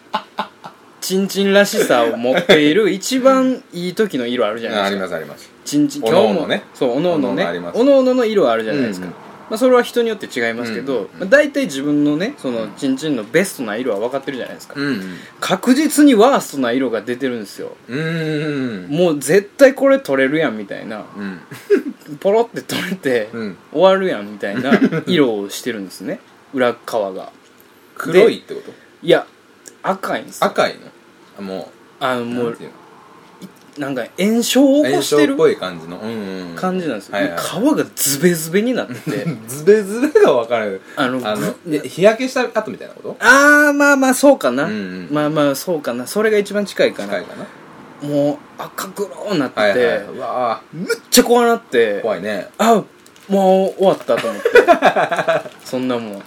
C: チンチンらしさを持っている一番いい時の色あるじゃ
A: あ
C: な
A: あ
C: い
A: り
C: で
A: ま
C: すか
A: すあります
C: チンチン
A: お
C: 今
A: のお
C: 日
A: の
C: も
A: ね
C: そうおのおのね
A: おのおのあります
C: おのおのの色あるじゃないですか、
A: うんうん
C: まあ、それは人によって違いますけど、
A: うんうん
C: まあ、大体自分のねそのチンチンのベストな色は分かってるじゃないですか、
A: うんうん
C: 確実にワーストな色が出てるんですよ
A: うーん
C: もう絶対これ取れるやんみたいな
A: うん
C: ポロって取れて
A: うん
C: 終わるやんみた
A: <laughs>
C: いな色をしてるんですね裏側が
A: 黒いってこと
C: いや赤いんですよ
A: 赤いのあも
C: あの
A: う
C: も
A: なん
C: う
A: ていうの
C: なんか炎症を起こして
A: 炎症
C: る
A: っぽい感じのうんうんうん
C: 感じなんですよ、
A: はいはい
C: もう皮がズベズベになってて
A: ズベズベが分からない
C: あの
A: あの
C: ぶ
A: え日焼けした後みたいなこと
C: あーまあまあそうかな、
A: うんうん
C: まあまあそうかなそれが一番近いかな
A: 近いかな
C: もう赤黒になってて、
A: はいはいはいうわ
C: むっちゃ怖なって
A: ー怖いね
C: あもう終わった
A: <laughs>
C: と思ってそんなもん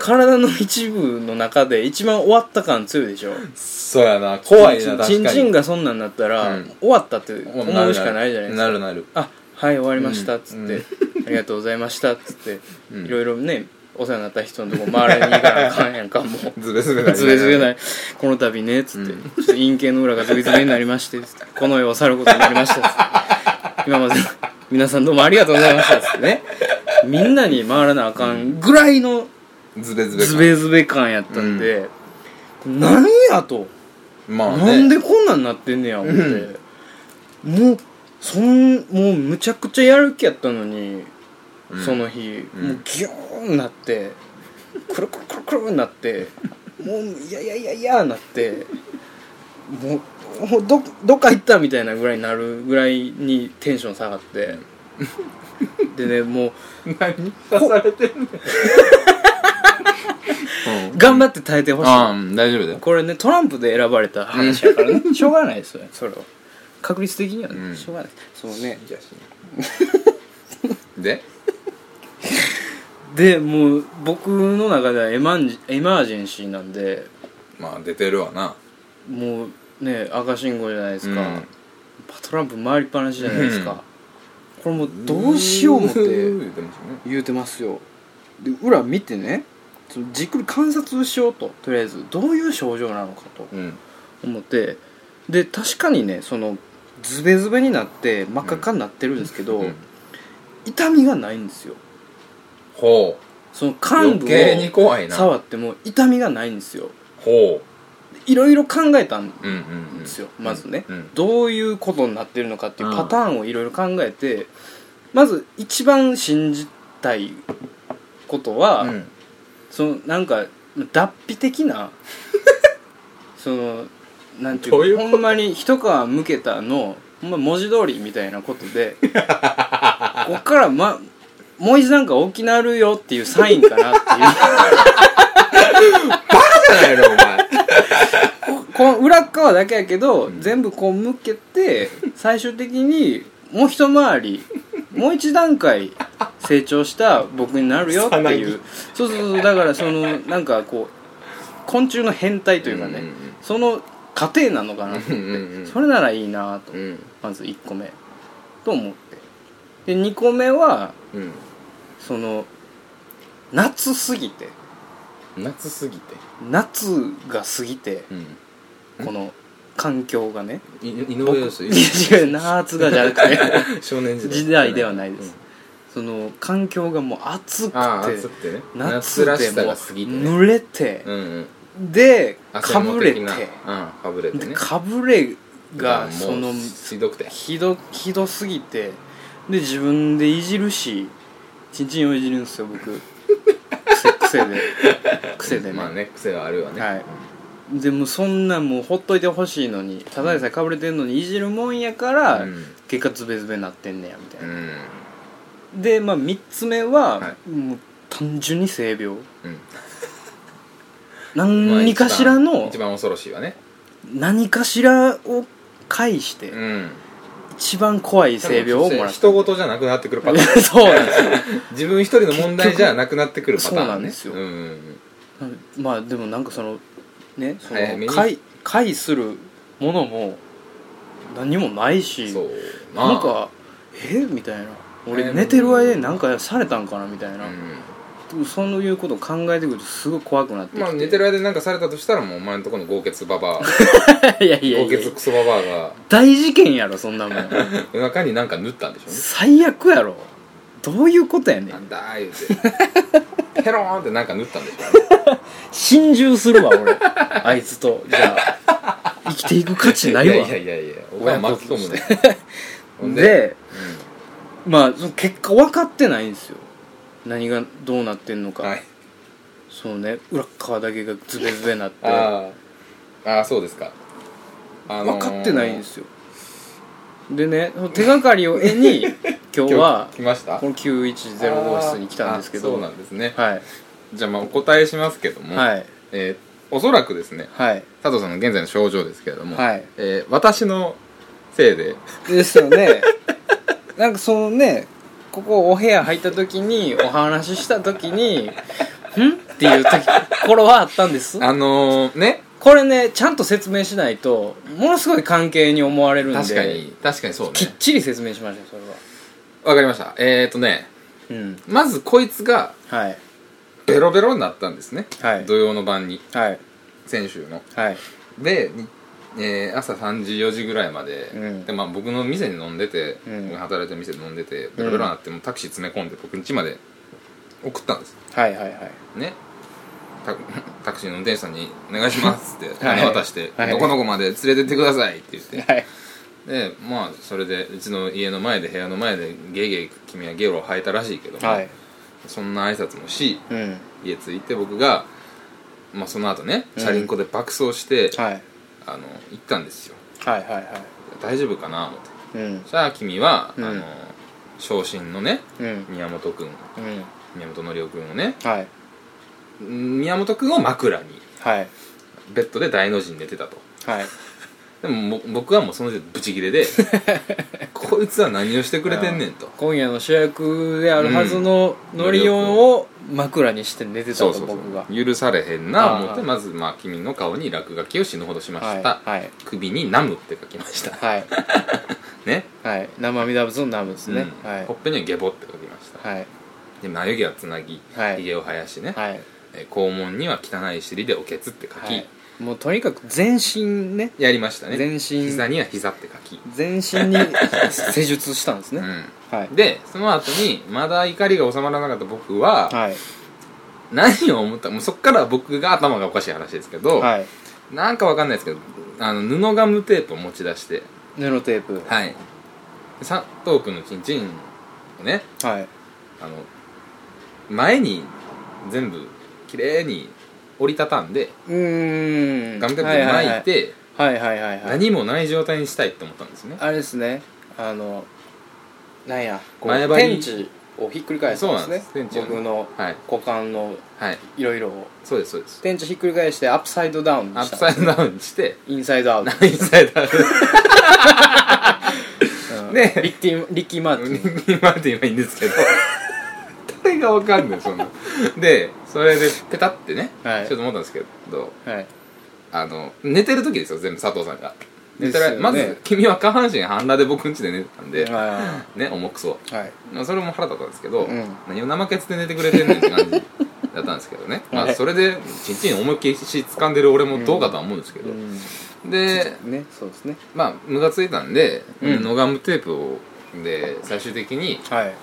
C: 体の一部の中で一番終わった感強いでしょ
A: そうやな <laughs> 怖いな確か
C: チン
A: に
C: チンがそんなんなったら、
A: うん
C: 終わったって思うしかないじゃないですか
A: なるなる
C: あはい終わりましたっつって、
A: うんうん
C: ありがとうございましたっつって、
A: うん
C: いろいろねお世話になった人のとこ周りに行かなあかんやんかもう
A: ズベズベだ
C: ズベズベないいこの度ねっつって、
A: うん
C: ちょっと陰茎の裏がズベズベになりましてつってこの世を去ることになりましたっつって今まで皆さんどうもありがとうございましたっつってねみんなに回らなあかんぐらいの
A: ズベズベ
C: ズベズベ感やったんで、なんやと、
A: まあね
C: なんでこんなんなってんねや思って、もうそんもうむちゃくちゃやる気やったのに、
A: うん
C: その日、
A: うん
C: もうギョーンなってくるくるくるくるなってもういやいやいやいやなってもうほどどっか行ったみたいなぐらいになるぐらいにテンション下がってでねもう
A: 何
D: されてんねん
C: 頑張って耐えてほしい
A: ああうん大丈夫だよ
C: これねトランプで選ばれた話やからねしょうがないですよそれは確率的にはね、
A: うん
C: しょうがないそうね
A: で
C: でもう僕の中ではエマンジエマージェンシーなんで
A: まあ出てるわな
C: もうね赤信号じゃないですか、
A: うん
C: トランプ回りっぱなしじゃないですか、これもうどうしよう思って
A: 言ってましたね
C: 言うてますよで裏見てねそのじっくり観察しようととりあえずどういう症状なのかと
A: うん
C: 思ってで確かにねそのズベズベになって真っ赤っかになってるんですけど、
A: うん
C: 痛みがないんですよ
A: ほう
C: その幹
A: 余
C: 部
A: 計に
C: を
A: 怖いな
C: 触っても痛みがないんですよ
A: ほ
C: でいろいろ考えたん
A: ううんうんうん
C: ですよ、まずね、
A: うん
C: どういうことになってるのかっていうパターンをいろいろ考えて、まず一番信じたいことは、
A: うん
C: そのなんか脱皮
A: <laughs>
C: 的なそのなんていう
A: どういう
C: かほんまに一皮むけたのほんま文字通りみたいなことでこっから、ま、もう一段階大きなるよっていうサインかなって
A: じゃないのお前
C: いうこの裏っ側だけやけど、全部こうむけて最終的にもう一回りもう一段階成長した僕になるよっていうそうそうそうだからそのなんかこう昆虫の変態というかね、その過程なのかなと
A: うん
C: 思っ
A: うんうんう
C: て
A: ん
C: それならいいなと
A: うん
C: まず1個目と思ってで2個目は
A: うん
C: その夏すぎて
A: 夏すぎて
C: 夏が過ぎて
A: うん
C: この環境がね
A: い井上陽水
C: いや違う夏がじゃなくて
A: 少年時代
C: 時代ではないですその環境がもう暑
A: ああ
C: く
A: 暑
C: て
A: くてね
C: 夏
A: ら
C: で
A: しさ
C: もう
A: が過ぎてね
C: 濡れて
A: うんうん
C: で
A: 汗
C: か
A: も
C: ぶ
A: 的
C: れて
A: なうんかぶれて
C: で
A: ね
C: かぶれが
A: もう
C: その
A: ひどくて
C: ひどひどすぎてで自分でいじるしちんちんをいじるんですよ僕癖癖で癖でね,、
A: まあね癖はあるわね
C: はいでもうそんなんもうほっといてほしいのにただでさえかぶれてんのにいじるもんやから、
A: うん
C: 結果ズベズベなってんねやみたいうな、
A: ん
C: でまあ3つ目は、
A: は
C: もう単純に性病
A: うんまあ
C: 何かしら
A: 一番
C: の
A: 一番恐ろしいわね
C: 何かしらを介して、
A: うん
C: 一番怖い性病をもらった
A: 人事じゃなくなってくるパターン
C: <laughs> そうなんですよ
A: 自分一人の問題じゃなくなってくるパターン、ね、
C: そうなんですよ
A: うんうん
C: うんまあでもなんかそのねそ
A: 早めに
C: の解解するものも何もない
A: うん
C: し
A: そう
C: なんかえみたいな俺寝てる間になんかされたんかなみたいな、
A: う
C: そういうことを考えてくるとすごい怖くなって
A: ん
C: きて、
A: まあ寝てる間になんかされたとしたらもうお前のところの豪傑ババア
C: <laughs> い <laughs> やいや
A: 豪
C: いや
A: 傑クソババアが
C: 大事件やろそんなもん
A: 夜中になんか縫ったんでしょうね
C: 最悪やろどういうことやね
A: なんんだー言うてペローンってなんか縫ったんでしょうね
C: 心中するわ俺 <laughs> あいつとじゃあ生きていく価値ないわ
A: やいやいやいやお前巻き込
C: <laughs>
A: むねほんで
C: でまあその結果分かってないんですよ何がどうなってんのか、
A: うんはい
C: そうね裏っ側だけがズベズベになって
A: あーあーそうですか、あのー
C: 分かってないんですよでねその手がかりを絵に <laughs> 今日は
A: 今日来ました
C: この910号室に来たんですけ
A: あー
C: ど
A: そうなんですね
C: はい
A: じゃあまあお答えしますけども、
C: はい
A: えーおそらくですね
C: はい
A: 佐藤さんの現在の症状ですけれども、
C: はい
A: えー私のせいで
C: ですよねなんかそのねここお部屋入った時にお話しした時に「ん?」っていう時頃はあったんです
A: あのー、ね
C: これねちゃんと説明しないとものすごい関係に思われるんで
A: 確かに確かにそうね
C: きっちり説明しましょうそれは
A: わかりましたえっ、ー、とね
C: うん
A: まずこいつが
C: はい
A: ベロベロになったんですね、
C: はい
A: 土曜の晩に
C: はい
A: 先週の
C: はい
A: で、にえー朝3時4時ぐらいまで,、
C: うん
A: でまあ、僕の店で飲んでて、
C: うん
A: 僕が働いてる店で飲んでてベロベロになってもうタクシー詰め込んで僕ん家まで送ったんです
C: はいはいはい
A: ねタ <laughs> タクシーの運転手さんに「お願いします」 <laughs> って
C: はい
A: 金渡して、
C: はい
A: どこどこまで連れてってください」って言って
C: はい
A: でまあそれでうちの家の前で部屋の前でゲーゲー君はゲロを吐いたらしいけども、
C: はい
A: そんな挨拶もし
C: うん
A: 家着いて僕が、まあ、その後ねチャリンコで爆走して、
C: はい
A: あの行ったんですよ
C: はいはいは
A: 大丈夫かな思って
C: いうん
A: さあ君は、
C: うん
A: あの昇進のね
C: うん
A: 宮本君
C: うん
A: 宮本紀夫君をね
C: はい
A: ん宮本君を枕に
C: はい
A: ベッドで大の字に寝てたと
C: はい
A: でもも僕はもうその時点でブチギレ
C: <laughs>
A: でこいつは何をしてくれてんねんと
C: 今夜の主役であるはずのノリオンを枕にして寝てた
A: そう
C: と
A: そうそう
C: 僕が
A: 許されへんな
C: あー
A: 思ってまずまあ君の顔に落書きを死ぬほどしま
C: は
A: し
C: い
A: た、
C: はい
A: 首に「ナム」って書きました
C: はい
A: ね
C: はい生身ダブスのナムですね
A: うん
C: はい
A: ほっぺには「ゲボ」って書きました、
C: はい
A: で眉毛はつなぎ
C: はい
A: ひげを生やしね、
C: はい
A: えー肛門には汚い尻で「おけつ」って書き、
C: はいもうとにかく全身ね
A: やりましたね
C: 全身
A: 膝には「膝」って書き、
C: 全身に施術したんですね
A: う
C: はい
A: ん、でその後にまだ怒りが収まらなかった僕は、
C: はい
A: 何を思ったもうそっから僕が頭がおかしい話ですけど、
C: はい
A: なんかわかんないですけどあの布ガムテープを持ち出して
C: 布テープ
A: はい佐藤君のチンチンをね
C: はい
A: あの前に全部綺麗に折りたたんで
C: うーん
A: ガムテープで
C: はい
A: 巻いて
C: はいはいはいはい
A: 何もない状態にしたいって思ったんですね
C: あれですねあのなんやこう
A: 前張
C: 天
A: り
C: 地をひっくり返したんです
A: そうな
C: ね
A: んです天地をね
C: 僕の
A: はい
C: 股間の
A: はい
C: いろいろを
A: そうですそうです
C: 天地ひっくり返してアップサイドダウンに
A: アッ
C: し
A: プ
C: た
A: サイドダウンにして
C: インサイドアウト
A: <laughs> インサイドアウト
C: うん
A: ね
C: リッキーリッキーマーティン
A: 今で今いいんですけ
C: <laughs>
A: ど誰がわかんないそんなでそれでペタってね、
C: はい
A: ちょっと思ったんですけど
C: はい
A: あの寝てる時ですよ全部佐藤さんが寝て
C: で
A: ら
C: すよね
A: まず君は下半身半裸で僕ん家で寝てたんで、
C: は
A: ね重くそ
C: いはい
A: まあそれも腹立ったんですけど、
C: うん
A: 何を怠けつで寝てくれてんねんって感じだったんですけど
C: <laughs>
A: ね、ま
C: は
A: あ、
C: い
A: それでちんちん思いっきり掴んでる俺もどうかとは思うんですけど、
C: うん
A: で
C: ねそうですね
A: まあムがついたんで、
C: うん
A: ノガムテープをで最終的に
C: はい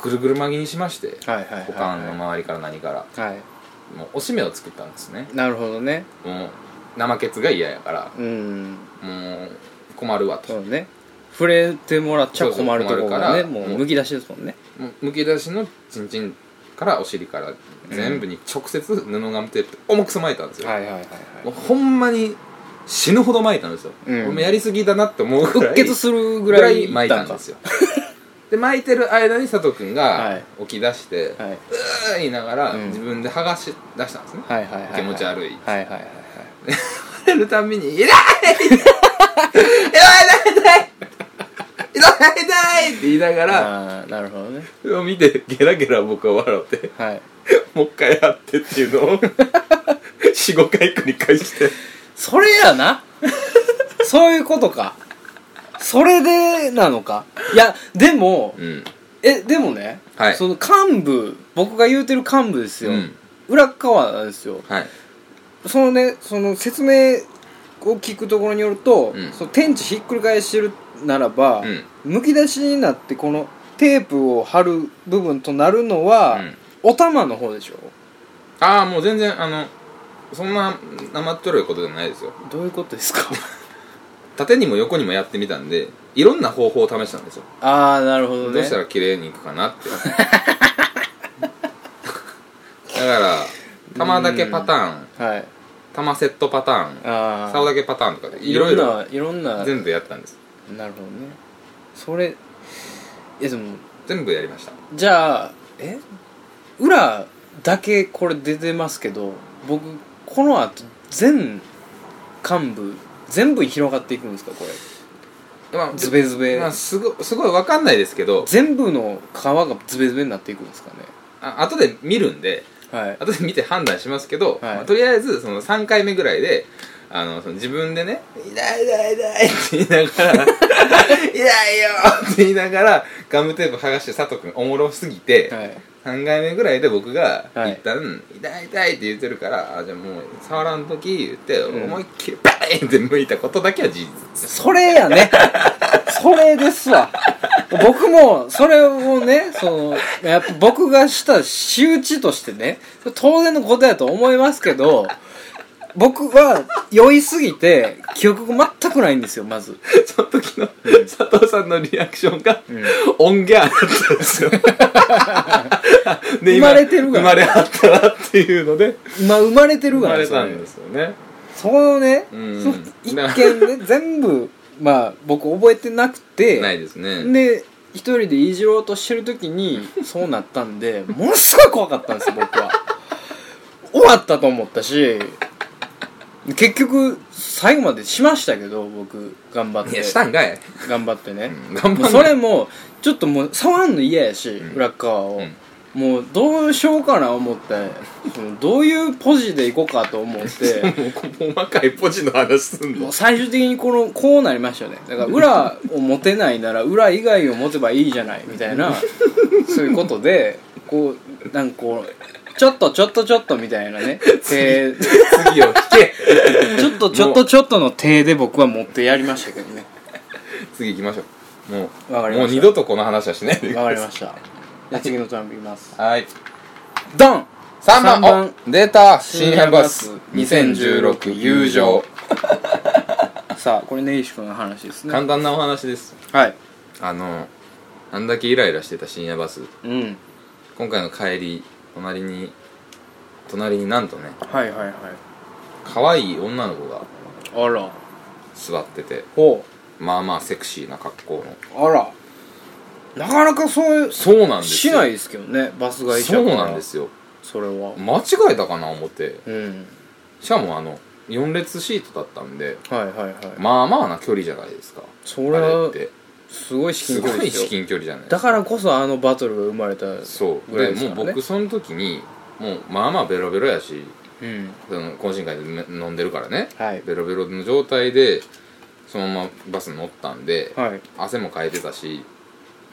A: ぐるぐる巻きにしまして
C: はいはい
A: 股
C: は
A: 間の周りから何から
C: いは
A: もうおしめを作ったんですね
C: いなるほどね
A: もう生ケツが嫌やから
C: うん
A: もう困るわと、
C: そうね触れてもらっちゃ困るところが
A: そう
C: ね
A: そう困るから
C: もう
A: もう
C: むき出しですもんね
A: もうむき出しのチンチンからお尻から全部に直接布ガムテープで重くそ巻いたんですよ、
C: はいはいはい
A: もうほんまに死ぬほど巻いたんですよ、
C: うん
A: 俺もやりすぎだなって思うぐら
C: うっ
A: い
C: 血するぐ
A: ぐら
C: ら
A: い
C: い
A: 巻いたんですよで巻いてる間に佐藤君
C: は
A: が
C: い
A: 起き出して、う
C: はい
A: ー言いながら、
C: うん
A: 自分で剥がし出したんですね、
C: はいはいはい
A: 気持ち悪い
C: はいはいはいはい
A: 食べるたびに「痛い痛い痛い痛い痛い痛い!」って言いながら
C: ああなるほどね
A: それを見てゲラゲラ僕は笑って
C: はい
A: もう一回やってっていうのを45回繰り返して
C: それや <laughs> なそういうことかそれでなのかいやでも
A: うん
C: えでもね、
A: はい
C: その幹部僕が言うてる幹部ですよ、
A: うん
C: 裏側なんですよ
A: はい
C: そのねその説明を聞くところによると、
A: うん
C: その天地ひっくり返してるならば、
A: うん
C: むき出しになってこのテープを貼る部分となるのは、
A: うん
C: お玉の方でしょ
A: ああもう全然あのそんな生っちょろいことじゃないですよ
C: どういうことですか
A: 縦にも横にもやってみたんでいろんな方法を試したんですよ
C: <laughs> ああなるほどね
A: どうしたら綺麗にいくかなって <laughs> だから玉だけパターン
C: はい
A: 玉セットパターン
C: ああ
A: 竿だけパターンとかでい
C: い
A: ろ
C: ろ
A: い
C: ん
A: ろ
C: ないろんな
A: 全部やったんです
C: なるほどねそれいやでも
A: 全部やりました
C: じゃあえ裏だけこれ出てますけど僕この後全幹部全部に広がっていくんですかこれ
A: まあ
C: ズベズベ
A: まあ、すごすごい分かんないですけど
C: 全部の皮がズベズベになっていくんですかね
A: あ後で見るんで
C: はい
A: 後で見て判断しますけど、
C: はい
A: まあとりあえずその3回目ぐらいであのその自分でね「痛い痛い痛い」って言いなが
C: <laughs>
A: ら「痛いよ」って言いながらガムテープ剥がして佐藤君おもろすぎて、
C: はい
A: 3回目ぐらいで僕が
C: はい
A: 一旦「痛い痛い」って言ってるからあじゃあもう触らんとき言って
C: ん
A: 思いっきりバーンって向いたことだけは事実
C: それやねそれですわ僕もそれをねそのやっぱ僕がした仕打ちとしてね当然のことやと思いますけど僕は酔いすぎて記憶が全くないんですよまず
A: その時の佐藤さんのリアクションが、オンギャーだったん <laughs> ですよ。で
C: 生まれてるが
A: 生まれはったなっていうので、
C: 今生まれてる
A: 生
C: が
A: ま
C: な
A: れ
C: そ
A: た
C: れ
A: んですよね。
C: そのね、
A: うん
C: その一見ね全部まあ僕覚えてなくて
A: ないですね
C: で一人でいじろうとしてる時にそうなったんでものすごい怖かったんですよ僕は終わったと思ったし結局最後までしましたけど僕頑張っ
A: い
C: て
A: やしたんかい
C: 頑張ってね、
A: うん頑張ん
C: も
A: な
C: うそれもちょっともう触んの嫌やし、裏っ側を、
A: ん
C: もうどうしようかな思ってそのどういうポジでいこうかと思って
A: もう細かいポジの話すん
C: もう
A: の
C: 最終的にこのこうなりましたよねだから裏を持てないなら裏以外を持てばいいじゃないみたい <laughs> なそういうことでこうなんかこうちょっとちょっとちょっとみたいなね <laughs> 手
A: 次を聞け
C: ちょっとちょっとちょっとの手で僕は持ってやりましたけどね
A: 次行きましょうもう
C: わかりま
A: も
C: した
A: う二度とこの話はしないでく
C: わ
A: ださ
C: かり
A: い
C: ましたじゃあ次のトランプいきます
A: はい
C: ドン
A: 3番
C: 三番
A: お出た深夜バス2016友情
C: さあこれ根岸君の話ですね
A: 簡単なお話です
C: はい
A: あのあんだけイライラしてた深夜バス
C: うん
A: 今回の帰り隣に隣になんとね
C: はいはいはい
A: 可愛い女の子が
C: あら
A: 座ってて
C: ほ
A: まあまあセクシーな格好の
C: うあらなかなかそういう
A: そうなんです
C: し
A: よ
C: ないですけどねバス会社
A: そうなんです
C: よ
A: よ
C: それは
A: 間違えたかな思って
C: うん
A: しかもあの4列シートだったんで
C: はいはいはい
A: まあまあな距離じゃないですか
C: そ
A: あ
C: れ
A: れっ
C: は
A: て
C: すごい至
A: す
C: 近距
A: ご
C: 離で
A: い
C: す
A: 至
C: よ
A: 近距離じゃないです
C: だからこそあのバトルが生まれた
A: そう
C: ぐらい
A: で
C: ですからね
A: もう僕その時にもうまあまあベロベロやし
C: うん
A: その懇親会でめ飲んでるからね
C: はい
A: ベロベロの状態でそのままバスに乗ったんで、
C: はい
A: 汗もかいてたし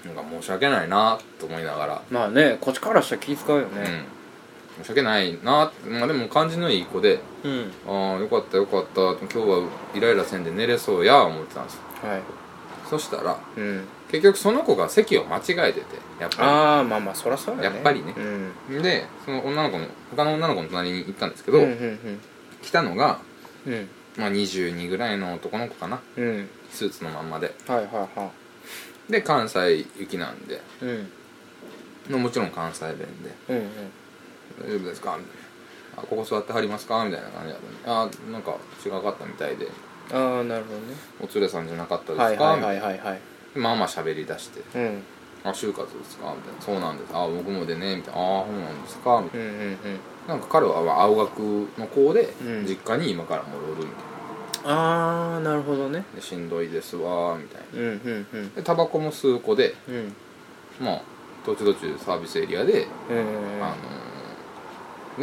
A: なんか申し訳ないなと思いながら、
C: まあねこっちからしたら気使うよ
A: うん
C: ね、
A: 申し訳ないなまあでも感じのいい子で
C: うん
A: ああよかったよかった今日はイライラせんで寝れそうや思ってたんですよ
C: はい
A: そしたら
C: うん
A: 結局その子が席を間違えててやっぱ
C: ああまあまあそりゃそうよね
A: やっぱりね
C: うん
A: りでその女の子の他の女の子の隣に行ったんですけ
C: う
A: ど、
C: んうん
A: 来たのが、
C: うんうん
A: まあ、22ぐらいの男の子かな
C: うん
A: スーツのまんまで
C: はいはいは
A: で関西行きなんで
C: いうん
A: もちろん関西弁で
C: うんうん
A: 「大丈夫ですか?」みたいな「あここ座ってはりますか?」みたいな感じだったんで「あなんか違かったみたいで
C: ああなるほどね
A: お連れさんじゃなかったですか
C: はいはいはい
A: み
C: はいはい
A: たいなまあまあ喋り出して
C: うん
A: 「あ就活ですか?」みたいな「そうなんですあ僕もでね」みたいな「ああそうなんですか?」みた
C: う
A: い
C: んうんうん
A: ななんか彼はまあ青学の子で
C: うん
A: 実家に今から戻るみたい
C: ああなるほどね
A: なで「しんどいですわ」みたいな
C: うんうんうん
A: でタバコも吸う子で
C: うん
A: まあ途中途中サービスエリアで
C: うん
A: あ
C: は
A: の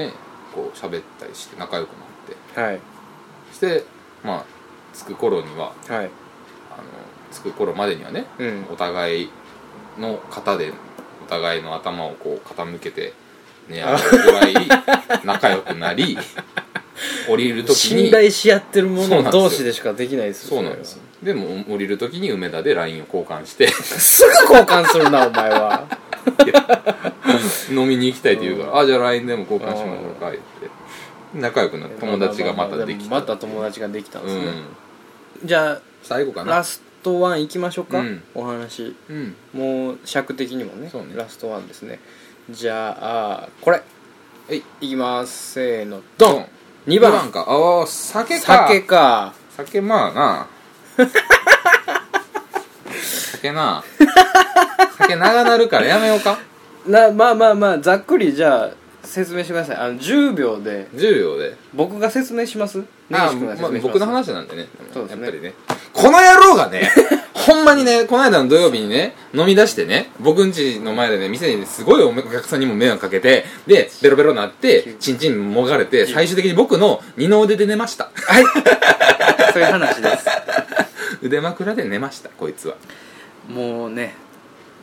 A: ーねこう喋ったりして仲良くなって
C: い
A: してまあ着く頃には
C: はい
A: あの着く頃までにはね
C: うん
A: お互いの肩でお互いの頭をこう傾けて寝上がるぐらい仲良くな
C: <laughs>
A: り降りる時
C: 信
A: に
C: 頼し合ってる
A: そう
C: 者
A: なんですよ
C: 同士でしかできないです
A: そうなんですよでも降りる時に梅田で LINE を交換して <laughs>
C: それはすぐ交換するなお前は
A: 飲みに行きたいって言うから「あじゃあ LINE でも交換しましょうか」言って仲良くなって <laughs> 友達がまたでき
C: まあまあまあ
A: た
C: また友達ができたんで
A: う
C: すね
A: ん
C: じゃ
A: 最後か
C: あ
A: な
C: ラストワンいきましょうか
A: うん
C: お話
A: うん
C: もう尺的にもね
A: そうね
C: ラストワンですねじゃあこれ
A: はい
C: いきますせーの
A: ドン
C: 2
A: 2番
C: 番
A: かああ酒か
C: 酒か
A: 酒まあな酒な酒長なるからやめようか
C: なまあまあまあざっくりじゃあ説明してくださいあの10秒で
A: 10秒で
C: 僕が説明します
A: あ、
C: 根岸君
A: ま
C: が
A: あ
C: 説明します
A: 僕の話なんでね
C: そうです
A: やっ
C: ね
A: ぱりねこの野郎がねほんまにねこの間の土曜日にね飲み出してね僕ん家の前でね店にねすごいお客さんにも迷惑かけてでベロベロなってチンチンもがれて最終的に僕の二の腕で寝ました <laughs>
C: <laughs> そういう話です
A: 腕枕で寝ましたこいつは
C: もうね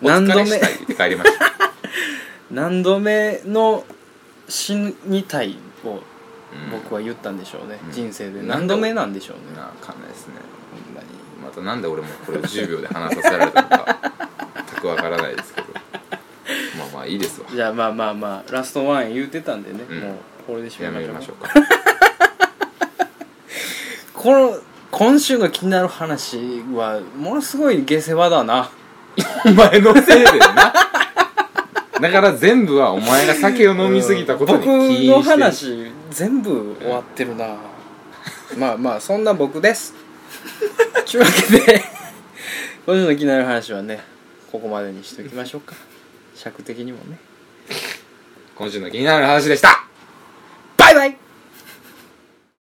A: お疲
C: 何度
A: れ
C: 目
A: したいって帰りました
C: 何度目の死にたいを
A: うん
C: 僕は言ったんでしょうね、
A: うん
C: 人生で
A: うん
C: 何度目なんでしょうね
A: なあわかんないですね
C: ほんまに
A: またなんで俺もこれを10秒で話させられたの <laughs> か全くわからないですけどまあまあいいですわ
C: じゃあまあまあまあラストワン言うてたんでね、
A: うん
C: もうこれで締
A: や
C: め
A: め
C: ま
A: ま
C: し
A: し
C: ょ
A: ょ
C: う
A: うか
C: この今週の気になる話はものすごい下世話だな
A: <laughs> お前のせいだよなだから全部はお前が酒を飲みすぎたことに起因して
C: 僕の話全部終わってるな、まあまあそんな僕ですというわけで今週の気になる話はねここまでにしておきましょうか尺的にもね
A: 今週の気になる話でした